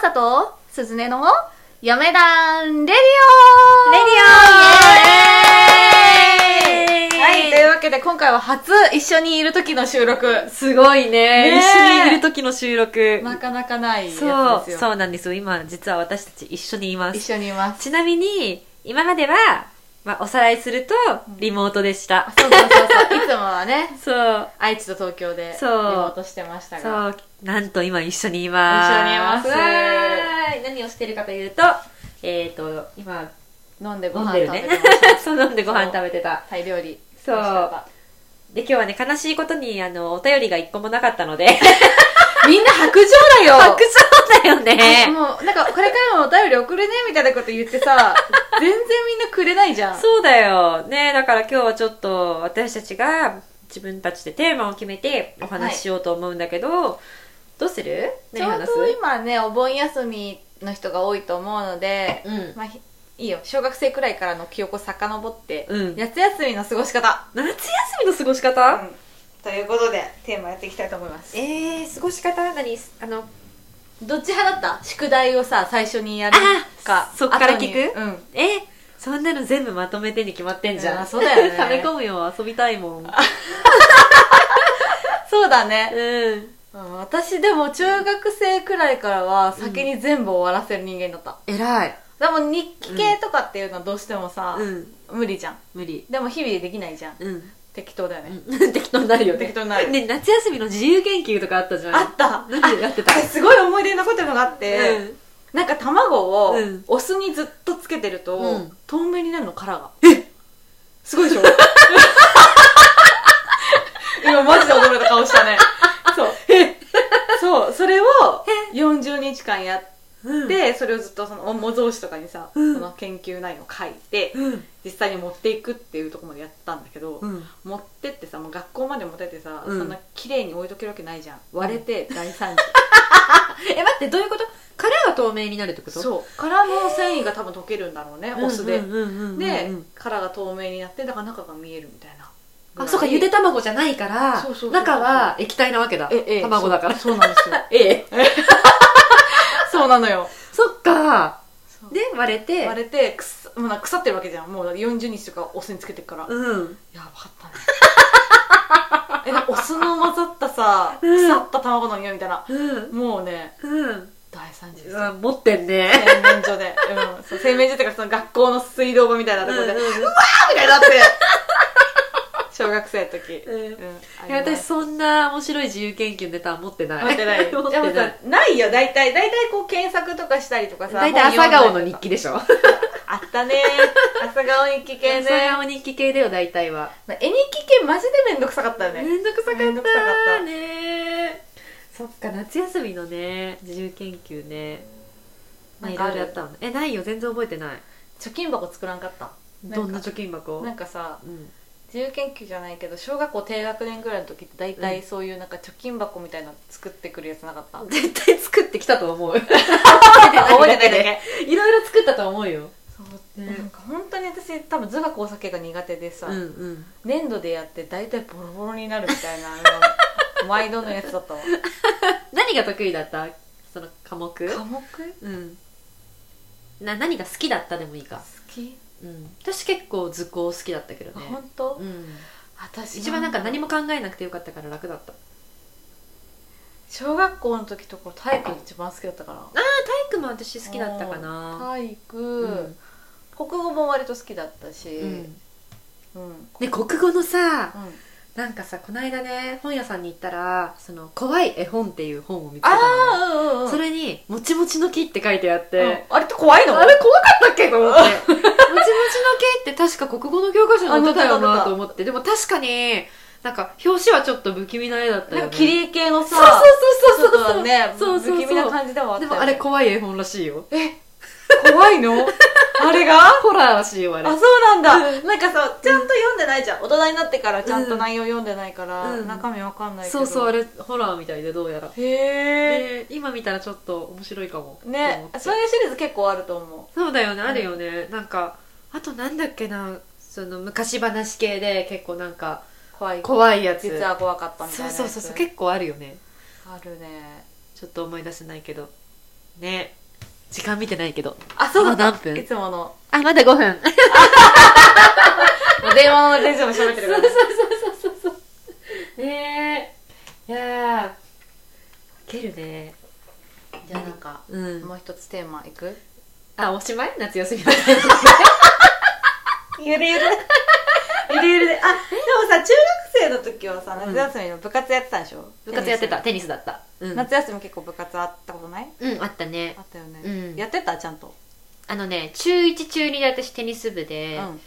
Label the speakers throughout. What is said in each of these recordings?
Speaker 1: さとすずねの嫁団レディオ
Speaker 2: レディオイエーイ
Speaker 1: はい、というわけで今回は初一緒にいる時の収録。
Speaker 2: すごいね
Speaker 1: ねえ
Speaker 2: 一緒にいる時の収録。
Speaker 1: なかなかないやつです
Speaker 2: そ
Speaker 1: よ
Speaker 2: う、。そうなんですよ。今、実は私たち一緒にいま
Speaker 1: 一
Speaker 2: す。
Speaker 1: 緒にいます。
Speaker 2: ちなみに、今までは、まあ、おさらいすると、リモートでした。
Speaker 1: そうそうそう そう。いつもはね、
Speaker 2: そう、
Speaker 1: 愛知と東京でリ
Speaker 2: そ
Speaker 1: モ
Speaker 2: う
Speaker 1: ートしてましたが。
Speaker 2: そう、なんと今一緒にいます。
Speaker 1: 一緒にいます
Speaker 2: わーい何をしてるかというと、えっ、ー、と、今、
Speaker 1: 飲んでご
Speaker 2: 飲ん
Speaker 1: 飯
Speaker 2: でる
Speaker 1: 食べ
Speaker 2: ね
Speaker 1: てました。。
Speaker 2: そう、飲んでご飯食べてた。
Speaker 1: タイ料理。
Speaker 2: そう
Speaker 1: 美味しかった
Speaker 2: で、今日はね、悲しいことに、あの、お便りが一個もなかったので、
Speaker 1: みんな 白状だよ
Speaker 2: 白状だよね。
Speaker 1: もう、なんか、これからもお便り送るね、みたいなこと言って さ、全然みんなくれないじゃん。
Speaker 2: そうだよ。ね、だから今日はちょっと、私たちが自分たちでテーマを決めてお話ししようと思うんだけど、どうする
Speaker 1: ち
Speaker 2: 何
Speaker 1: ょう
Speaker 2: 話す
Speaker 1: ど今ね、お盆休みの人が多いと思うので、
Speaker 2: うん。
Speaker 1: まあ、ひいいよ、小学生くらいからの記憶を遡って、
Speaker 2: うん
Speaker 1: 夏休みの過ごし方。
Speaker 2: 夏休みの過ごし方、
Speaker 1: ということで、テーマやっていきたいと思います。
Speaker 2: えー、過ごし方は何あの、
Speaker 1: どっち派だった宿題をさ、最初にやるか
Speaker 2: あ。そっから聞く
Speaker 1: 後にうん。
Speaker 2: えそんなの全部まとめてに決まってんじゃん。
Speaker 1: あそうだよね
Speaker 2: 溜め込むよ、遊びたいもん。
Speaker 1: そうだね。
Speaker 2: うん。
Speaker 1: うん私でも中学生くらいからは先に全部終わらせる人間だった。
Speaker 2: 偉い。
Speaker 1: でも日記系とかっていうのはどうしてもさ、
Speaker 2: うん。
Speaker 1: 無理じゃん。
Speaker 2: 無理。
Speaker 1: でも日々できないじゃん。
Speaker 2: うん。
Speaker 1: 適当だよね。
Speaker 2: 適当になるよね。
Speaker 1: 適当になる
Speaker 2: ね、夏休みの自由研究とかあったじゃん。
Speaker 1: あった
Speaker 2: 何や ってた
Speaker 1: あれすごい思い出に残ってるのがあっ
Speaker 2: う
Speaker 1: て、
Speaker 2: ん
Speaker 1: なんか卵を
Speaker 2: うん
Speaker 1: お酢にずっとつけてると、
Speaker 2: うん
Speaker 1: 透明になるの殻が
Speaker 2: え
Speaker 1: すごいでし ょ今マジで驚いた顔したねそうそうそれを40日間や
Speaker 2: うん
Speaker 1: ってそれをずっとそのお模造紙とかにさ、
Speaker 2: うん
Speaker 1: その研究内容を書いて
Speaker 2: うん。
Speaker 1: 実際に持っていくっていうところまでやったんだけど、
Speaker 2: うん。
Speaker 1: 持ってってさもう学校まで持ってってさ、
Speaker 2: うん
Speaker 1: そんな綺麗に置いとけるわけないじゃん割れて大惨事
Speaker 2: え、待って、どういうこと殻が透明になるってことう。
Speaker 1: そう殻の繊維が多分溶けるんだろうねお酢で、
Speaker 2: うんうんうんうんうん
Speaker 1: で殻が透明になってだから中が見えるみたいな
Speaker 2: あ、そうか、ゆで
Speaker 1: た
Speaker 2: 卵じゃないから
Speaker 1: そうそうそうそ、う
Speaker 2: 中は液体なわけだ。卵だから。
Speaker 1: そうそうなんです よ
Speaker 2: ええ。
Speaker 1: そうなのよ
Speaker 2: そっか。
Speaker 1: そう
Speaker 2: で、割れて。
Speaker 1: 割れてくすもうなんか腐ってるわけじゃんもう40日とかお酢につけてるから、や
Speaker 2: うん。
Speaker 1: ばかったね えなんかお酢の混ざったさ
Speaker 2: うん
Speaker 1: 腐った卵の匂いみたいな
Speaker 2: うん。
Speaker 1: もうね
Speaker 2: うん。
Speaker 1: 大惨事です
Speaker 2: う
Speaker 1: よ
Speaker 2: わ持ってんね。
Speaker 1: 洗面所で、うん、そう洗面所っていうかその学校の水道場みたいなところで、
Speaker 2: うん
Speaker 1: う
Speaker 2: うんうん
Speaker 1: わーみたいになって 小学生の時、
Speaker 2: う
Speaker 1: あ
Speaker 2: んい
Speaker 1: り
Speaker 2: や、
Speaker 1: ます
Speaker 2: 私そんな面白い自由研究のネタ持ってない。
Speaker 1: 持ってない
Speaker 2: 持っ
Speaker 1: でも
Speaker 2: てな
Speaker 1: さ
Speaker 2: い。
Speaker 1: ないよ大体大体こう検索とかしたりとかさ
Speaker 2: 大体朝顔の
Speaker 1: 本読んだり
Speaker 2: 日
Speaker 1: とか
Speaker 2: 記でしょ。
Speaker 1: あったね朝顔日記系ね
Speaker 2: 朝顔日記系だよ、大体は。
Speaker 1: まあ絵日記系マジでめんどくさかったよね、
Speaker 2: めんどくさかった
Speaker 1: めんどくさかった
Speaker 2: ねそっか夏休みのね自由研究ねまあ
Speaker 1: ないんかあ
Speaker 2: ろい
Speaker 1: る
Speaker 2: ろやったもんねえないよ全然覚えてない
Speaker 1: 貯金箱作らんかったなんか
Speaker 2: どんな貯金箱
Speaker 1: なんかさ
Speaker 2: うん
Speaker 1: 自由研究じゃないけど小学校低学年ぐらいの時って大体そういうなんか貯金箱みたいなの作ってくるやつなかった、
Speaker 2: 絶対作ってきたと思 う覚
Speaker 1: 覚え
Speaker 2: え
Speaker 1: てな
Speaker 2: て
Speaker 1: だ
Speaker 2: ないいだけいろいろ作ったと思うよ
Speaker 1: そう
Speaker 2: うん
Speaker 1: なんか本当に私多分図画工作系が苦手でさ、
Speaker 2: うんうん
Speaker 1: 粘土でやって大体ボロボロになるみたいなあの 毎度のやつだったわ
Speaker 2: 何が得意だったその科目
Speaker 1: 科目好
Speaker 2: うんな何が好きだったでもいいか、
Speaker 1: き
Speaker 2: うん、私結構図工好きだったけど
Speaker 1: あ
Speaker 2: ね
Speaker 1: 本当、
Speaker 2: うん
Speaker 1: 私
Speaker 2: 一番なんか何も考えなくてよかったから楽だった
Speaker 1: 小学校の時とか体育一番好きだったか
Speaker 2: 体育も私
Speaker 1: ら
Speaker 2: 好きだったかな
Speaker 1: 体育、国語も割と好きだったし
Speaker 2: う
Speaker 1: うんん、うん
Speaker 2: ね、国語のさなんかさこの間ね本屋さんに行ったら「その怖い絵本」っていう本を見つけ
Speaker 1: あ
Speaker 2: たの、ね、
Speaker 1: あうんうんうん
Speaker 2: それに「もちもちの木」って書いてあって、
Speaker 1: うんあれって怖いの
Speaker 2: あれ怖かったっけと思ってもちもちの木って確か国語の教科書に載ってたよ
Speaker 1: あ載ってた載って
Speaker 2: な
Speaker 1: た
Speaker 2: と思ってでも確かになんか表紙はちょっと不気味な絵だったよ
Speaker 1: な
Speaker 2: ね
Speaker 1: んか切り絵系のさ
Speaker 2: そうそうそう
Speaker 1: ちょ
Speaker 2: そ
Speaker 1: っ
Speaker 2: う
Speaker 1: とね
Speaker 2: そうそうそう
Speaker 1: 不気味な感じではあった
Speaker 2: で
Speaker 1: よね
Speaker 2: もあれ怖い絵本らしいよ
Speaker 1: え 怖いのあれが
Speaker 2: ホラーらしいよあれ
Speaker 1: あそうなんだ、
Speaker 2: う
Speaker 1: なんかさちゃんと読んでないじゃん大人になってからちゃんと内容読んでないから、
Speaker 2: うん
Speaker 1: 中身わかんないけど
Speaker 2: そうそうあ
Speaker 1: れ
Speaker 2: れホラーみたいでどうやら
Speaker 1: へえ
Speaker 2: で今見たらちょっと面白いかもと思
Speaker 1: ね
Speaker 2: って
Speaker 1: そういうシリーズ結構あると思
Speaker 2: そうだよねあるよね、なんかあとなんだっけなその昔話系で結構なんか
Speaker 1: う怖い
Speaker 2: 怖いやつ
Speaker 1: 実は怖かったみたい
Speaker 2: そ
Speaker 1: な
Speaker 2: う
Speaker 1: やつ
Speaker 2: そうそうそう結構あるよね
Speaker 1: あるね
Speaker 2: ちょっと思い出せないけどね時間見てないけど
Speaker 1: あそうだった
Speaker 2: あ何分
Speaker 1: いつもの
Speaker 2: あまだ5分
Speaker 1: 電話の電車も喋ってる から、ね、
Speaker 2: そうそうそうそうねえいやーウケるね
Speaker 1: じゃあなんか
Speaker 2: うん
Speaker 1: もう一つテーマいく
Speaker 2: あ、おしまい夏休 みの話ゆるゆ る。
Speaker 1: ゆるゆるであでもさ中学生の時はさ
Speaker 2: うん
Speaker 1: 夏休みの部活やってたでしょ、
Speaker 2: 部活やってた。
Speaker 1: テニ
Speaker 2: テニスだった。う
Speaker 1: ス
Speaker 2: ん。
Speaker 1: 夏休み結構部活あったことない
Speaker 2: うん、あったね
Speaker 1: あ。ったよね、
Speaker 2: うん
Speaker 1: やってたちゃんと、
Speaker 2: あのね、中1、中2で私テニス部で、
Speaker 1: うん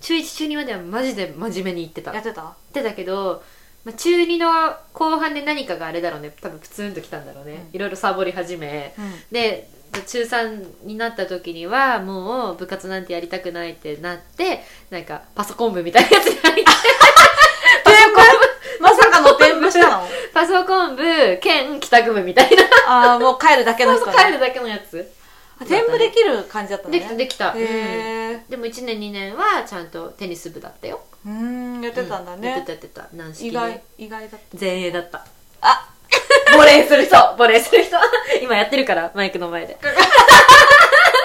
Speaker 2: 中1、中2まではマジで真面目に行ってた。
Speaker 1: や
Speaker 2: や
Speaker 1: っ
Speaker 2: って
Speaker 1: た
Speaker 2: てたけど、まあ、中2の後半で何かがあれだろうね。多分プツンときたんだろうね。
Speaker 1: うん
Speaker 2: いろいろサボり始め。
Speaker 1: うん
Speaker 2: で、中3になった時には、もう部活なんてやりたくないってなって、なんかパソコン部みたいなやつに入って
Speaker 1: まさかの転部したの
Speaker 2: パソコン部兼帰宅部みたいな
Speaker 1: ああもう帰るだけの人、ね、
Speaker 2: 帰るだけのやつ
Speaker 1: あ転部できる感じだったの
Speaker 2: で
Speaker 1: ね
Speaker 2: きたできた、
Speaker 1: へえ
Speaker 2: うんでも1年2年はちゃんとテニス部だったよ
Speaker 1: うーんやってたんだ
Speaker 2: うやっ
Speaker 1: ね
Speaker 2: て、たやってた軟式
Speaker 1: 意
Speaker 2: で
Speaker 1: 外意外だった
Speaker 2: 前衛だった
Speaker 1: あ
Speaker 2: ボレーする人ボレーする人 今やってるからマイクの前で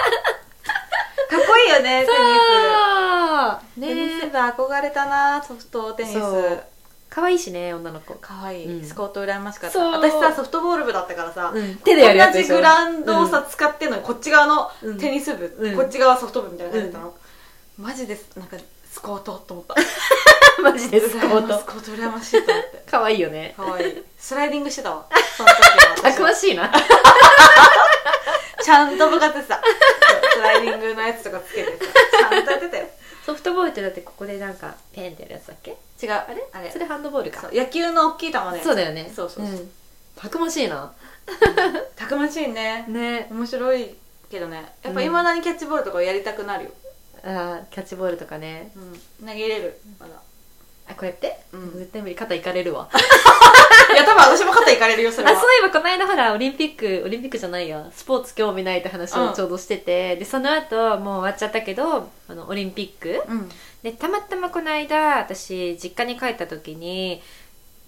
Speaker 1: かっこいいよねテニ
Speaker 2: そう
Speaker 1: ステニ
Speaker 2: ね
Speaker 1: ス部憧れたなソフトテニス
Speaker 2: そう可愛いしね女の子
Speaker 1: かわいい、
Speaker 2: うん
Speaker 1: スコート羨ましかった
Speaker 2: そう
Speaker 1: 私さソフトボール部だったからさ、
Speaker 2: うん手でやるやつ
Speaker 1: 同
Speaker 2: で
Speaker 1: じ
Speaker 2: しょ
Speaker 1: グラウンドをさ、使ってんのにこっち側
Speaker 2: うん
Speaker 1: のテニス部、
Speaker 2: うん
Speaker 1: こっち側ソフト部みたいな感じだったの、マジですなんかスコートと思った
Speaker 2: マジでスコー
Speaker 1: 羨まス
Speaker 2: ト
Speaker 1: コート羨ましいと思って
Speaker 2: 可愛いよね
Speaker 1: かわいいスライディングしてたわその時は
Speaker 2: たくま
Speaker 1: は
Speaker 2: しいな
Speaker 1: ちゃんと部活でさスライディングのやつとかつけてさちゃんとやってたよ
Speaker 2: ソフトボールってだってここでなんかペンってやるやつだっけ
Speaker 1: 違うあ
Speaker 2: あれ
Speaker 1: あれ
Speaker 2: それハンドボールか
Speaker 1: そう野球の大きい球ね
Speaker 2: そうだよね
Speaker 1: そうそうそうん
Speaker 2: たくましいな
Speaker 1: たくましいね
Speaker 2: ね
Speaker 1: 面白いけどねやっぱいまだにキャッチボールとかやりたくなるよ、
Speaker 2: あーキャッチボールとかね
Speaker 1: うん、投げれるまだ
Speaker 2: あこうやって、
Speaker 1: うん
Speaker 2: 絶対無理肩いかれるわ
Speaker 1: いや多分私も肩いかれるよそれ
Speaker 2: あ
Speaker 1: は
Speaker 2: そういえばこの間ほらオリンピックオリンピックじゃないやスポーツ興味ないって話をちょうどしてて、でその後もう終わっちゃったけどあのオリンピック
Speaker 1: うん
Speaker 2: でたまたまこの間私実家に帰った時に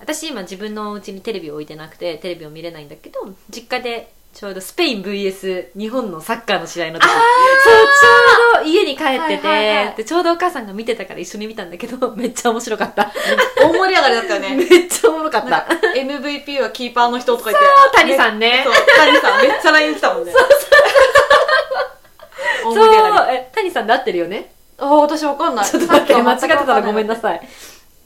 Speaker 2: 私今自分のお家にテレビを置いてなくてテレビを見れないんだけど実家でちょうどスペイン VS 日本のサッカーの試合の時そうちょうど家に帰ってて、
Speaker 1: はいはいはい
Speaker 2: でちょうどお母さんが見てたから一緒に見たんだけど めっちゃ面白かった
Speaker 1: 大盛り上がりだったよね
Speaker 2: めっちゃおもろかっ
Speaker 1: なん
Speaker 2: た
Speaker 1: か MVP はキーパーの人とか言って
Speaker 2: そう谷さんね
Speaker 1: そう谷さんめっちゃ LINE 来たもんね大盛り
Speaker 2: そう
Speaker 1: 上がり
Speaker 2: え谷さんで合ってるよね
Speaker 1: ああ私わかんない
Speaker 2: ちょっと待って
Speaker 1: サッカ
Speaker 2: 間違
Speaker 1: ー
Speaker 2: って
Speaker 1: 全く
Speaker 2: た
Speaker 1: わから
Speaker 2: ごめんないさい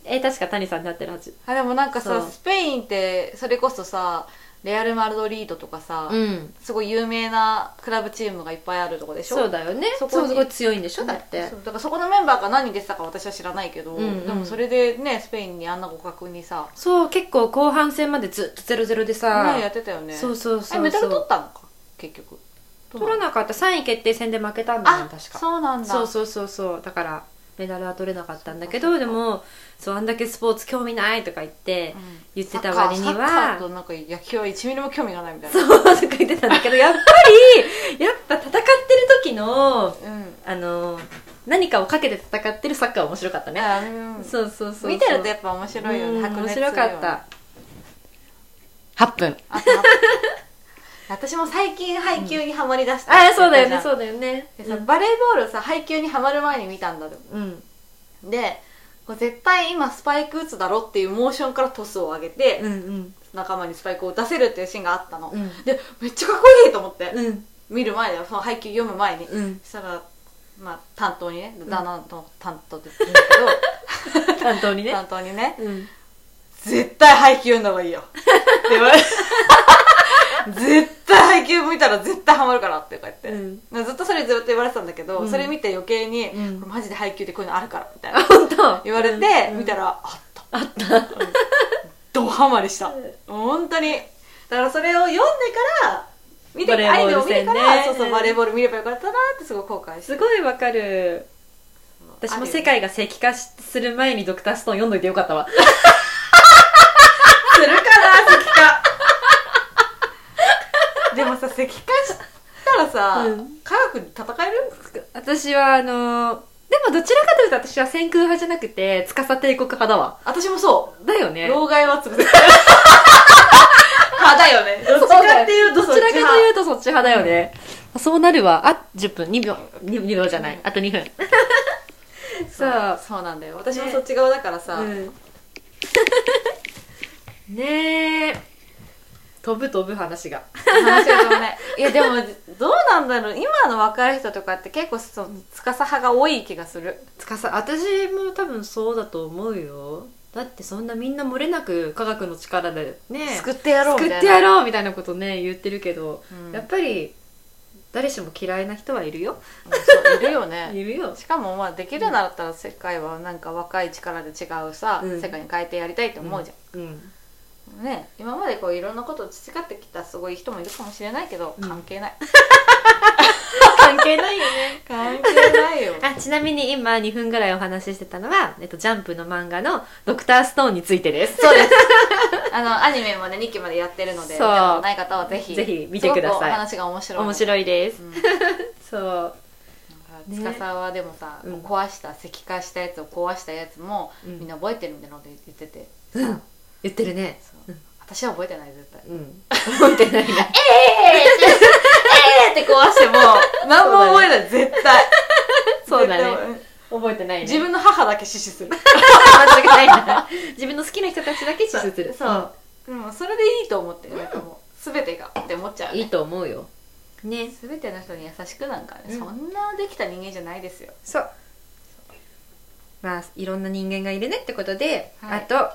Speaker 2: え確か谷さんで合ってるはず
Speaker 1: あでもなんかさ
Speaker 2: そう
Speaker 1: スペインってそれこそさレアル・マルドリードとかさ、
Speaker 2: うん
Speaker 1: すごい有名なクラブチームがいっぱいあるとこでしょ
Speaker 2: そうだよね
Speaker 1: そ
Speaker 2: そ
Speaker 1: こに
Speaker 2: うすごい強いんでしょだって
Speaker 1: そうだからそこのメンバーが何に出てたか私は知らないけど、
Speaker 2: うんうん
Speaker 1: でもそれでねスペインにあんな互角にさ
Speaker 2: そう結構後半戦までずっと0-0でさ、
Speaker 1: ねやってたよね
Speaker 2: そうそうそう
Speaker 1: えメダル取ったのか結局
Speaker 2: 取らなかった3位決定戦で負けたんだ
Speaker 1: あ
Speaker 2: よ確か
Speaker 1: そうなんだ
Speaker 2: そうそうそうそうだからメダルは取れなかったんだけ
Speaker 1: そ
Speaker 2: ど
Speaker 1: うか
Speaker 2: で
Speaker 1: そうか
Speaker 2: もそうあんだけスポーツ興味ないとか言って
Speaker 1: うん
Speaker 2: 言ってた割に
Speaker 1: サッカーサッカー
Speaker 2: は、
Speaker 1: となんか野球は1ミリも興味がないみたいな、
Speaker 2: そううとか言ってたんだけどやっぱりやっぱ戦ってる時の
Speaker 1: ん
Speaker 2: あの何かをかけて戦ってるサッカーは面白かったね、
Speaker 1: あうん、
Speaker 2: そうそうそうそう
Speaker 1: 見てるとやっぱ面白いよ
Speaker 2: うん
Speaker 1: ね
Speaker 2: 面白かった8分
Speaker 1: あと私も最近配給にはまりだした、
Speaker 2: ああそうだよ
Speaker 1: じゃ
Speaker 2: ね
Speaker 1: ん
Speaker 2: そうだよね
Speaker 1: でさバレーボールをさ配給にはまる前に見たんだよ
Speaker 2: うん
Speaker 1: でこう絶対今スパイク打つだろっていうモーションからトスを上げて、
Speaker 2: うんうん
Speaker 1: 仲間にスパイクを打たせるっていうシーンがあったの、
Speaker 2: うん
Speaker 1: でめっちゃかっこいいと思って、
Speaker 2: うん
Speaker 1: 見る前だよその配球読む前に、
Speaker 2: うん
Speaker 1: そしたら、まあ、担当にね
Speaker 2: ん
Speaker 1: 旦那の担当ですけど
Speaker 2: 担当にね
Speaker 1: 担当にね
Speaker 2: うん
Speaker 1: 「絶対配球読んだ方がいいよ」って言われて絶対配球見たら絶対ハマるからってこうやって、
Speaker 2: うん
Speaker 1: ずっとそれずっと言われてたんだけど、
Speaker 2: うん
Speaker 1: それ見て余計に、
Speaker 2: うん
Speaker 1: これマジで配球ってこういうのあるからみたい
Speaker 2: あ
Speaker 1: な
Speaker 2: 本当
Speaker 1: 言われて、
Speaker 2: うん
Speaker 1: 見たらあった
Speaker 2: あった
Speaker 1: ドハマりした、
Speaker 2: うん
Speaker 1: 本当にだからそれを読んでから見て
Speaker 2: バレーボー
Speaker 1: ア
Speaker 2: ル
Speaker 1: イドルを見てか
Speaker 2: 戦
Speaker 1: ら、
Speaker 2: ね
Speaker 1: そうそう
Speaker 2: うん
Speaker 1: バレーボール見ればよかったなってすごい後悔して
Speaker 2: すごいわかる私も世界が石化しする前にドクターストーン読んどいてよかっ たわ
Speaker 1: するかな石化 でもさ石化したらさ、
Speaker 2: うん
Speaker 1: 科学に戦える
Speaker 2: 私はあのーでもどちらかというと私は先空派じゃなくて司帝国派だわ
Speaker 1: 私もそ
Speaker 2: だよ
Speaker 1: う
Speaker 2: ね
Speaker 1: 老害は潰せる派だよねどっち
Speaker 2: そうだ
Speaker 1: か
Speaker 2: よ
Speaker 1: っていうと
Speaker 2: どちらかと
Speaker 1: そっち
Speaker 2: いうとそうっち派だよね。そうなるわ。あ、10分、2秒、2, 秒じゃない。あと2分。 そう。
Speaker 1: そうなんだよ私もそっち側だからさ、
Speaker 2: ねえ。飛ぶ飛ぶ話が。
Speaker 1: 話が止まんないいやでもどうなんだろう今の若い人とかって結構その司派が多い気がする
Speaker 2: つかさ、私も多分そうだと思うよ。だってそんなみんな漏れなく科学の力でね、
Speaker 1: 救ってやろうみたい
Speaker 2: 救っ
Speaker 1: な
Speaker 2: てやろうみたいなことね、言ってるけど、
Speaker 1: うん
Speaker 2: やっぱり誰しも嫌いな人はいるよ。
Speaker 1: うん そういるよね
Speaker 2: いるよ。
Speaker 1: しかもまあできるならったら世界はなんか若い力で違うさ、
Speaker 2: うん
Speaker 1: 世界に変えてやりたいと思うじゃん、
Speaker 2: うん。
Speaker 1: ね今までこういろんなことを培ってきたすごい人もいるかもしれないけど、
Speaker 2: うん
Speaker 1: 関係ない
Speaker 2: 関係ないよね。
Speaker 1: 関係ないよ
Speaker 2: あちなみに今2分ぐらいお話ししてたのは、えっと、ジャンプの漫画の「ドクターストーン」についてです。
Speaker 1: そうですあのアニメもね2期までやってるので
Speaker 2: そう
Speaker 1: 見たことない方はぜひ
Speaker 2: ぜひ見てください
Speaker 1: すごお話が面白い
Speaker 2: 面白いです。
Speaker 1: うん
Speaker 2: そう。ね
Speaker 1: 司はでもさ、
Speaker 2: うん
Speaker 1: 壊した石化したやつを壊したやつも、
Speaker 2: うん
Speaker 1: みんな覚えてるみたいなこと言っててさ、
Speaker 2: うん言ってるね。
Speaker 1: そう私は覚えてない絶対
Speaker 2: うん。覚えてないな。
Speaker 1: ええって壊 しても何も覚えない、絶対
Speaker 2: そうだね
Speaker 1: 絶対
Speaker 2: 覚えてないね。
Speaker 1: 自分の母だけ死死する
Speaker 2: 間違いない な。自分の好きな人たちだけ指数する。
Speaker 1: そう、うん、それでいいと思ってるなんかもう全てがって思っちゃう、
Speaker 2: いいと思うよ。ね。
Speaker 1: 全ての人に優しくなんかね、
Speaker 2: うん
Speaker 1: そんなできた人間じゃないですよ
Speaker 2: そう。まあ、いろんな人間がいるねってことで、
Speaker 1: はい
Speaker 2: あと、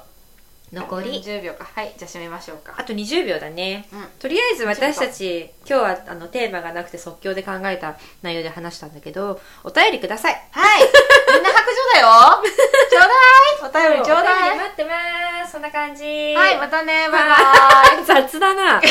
Speaker 2: 残り、
Speaker 1: 10秒かはいじゃあ締めましょうか
Speaker 2: あと20秒だね。
Speaker 1: うん
Speaker 2: とりあえず私たち今日はあのテーマがなくて即興で考えた内容で話したんだけどお便りください
Speaker 1: はい。みんな白状だよ。 ちょうだい。お便りちょうだい。
Speaker 2: お便り待ってますそんな感じ
Speaker 1: はい、
Speaker 2: は
Speaker 1: ま
Speaker 2: い
Speaker 1: たね。バイバイ。
Speaker 2: 雑だな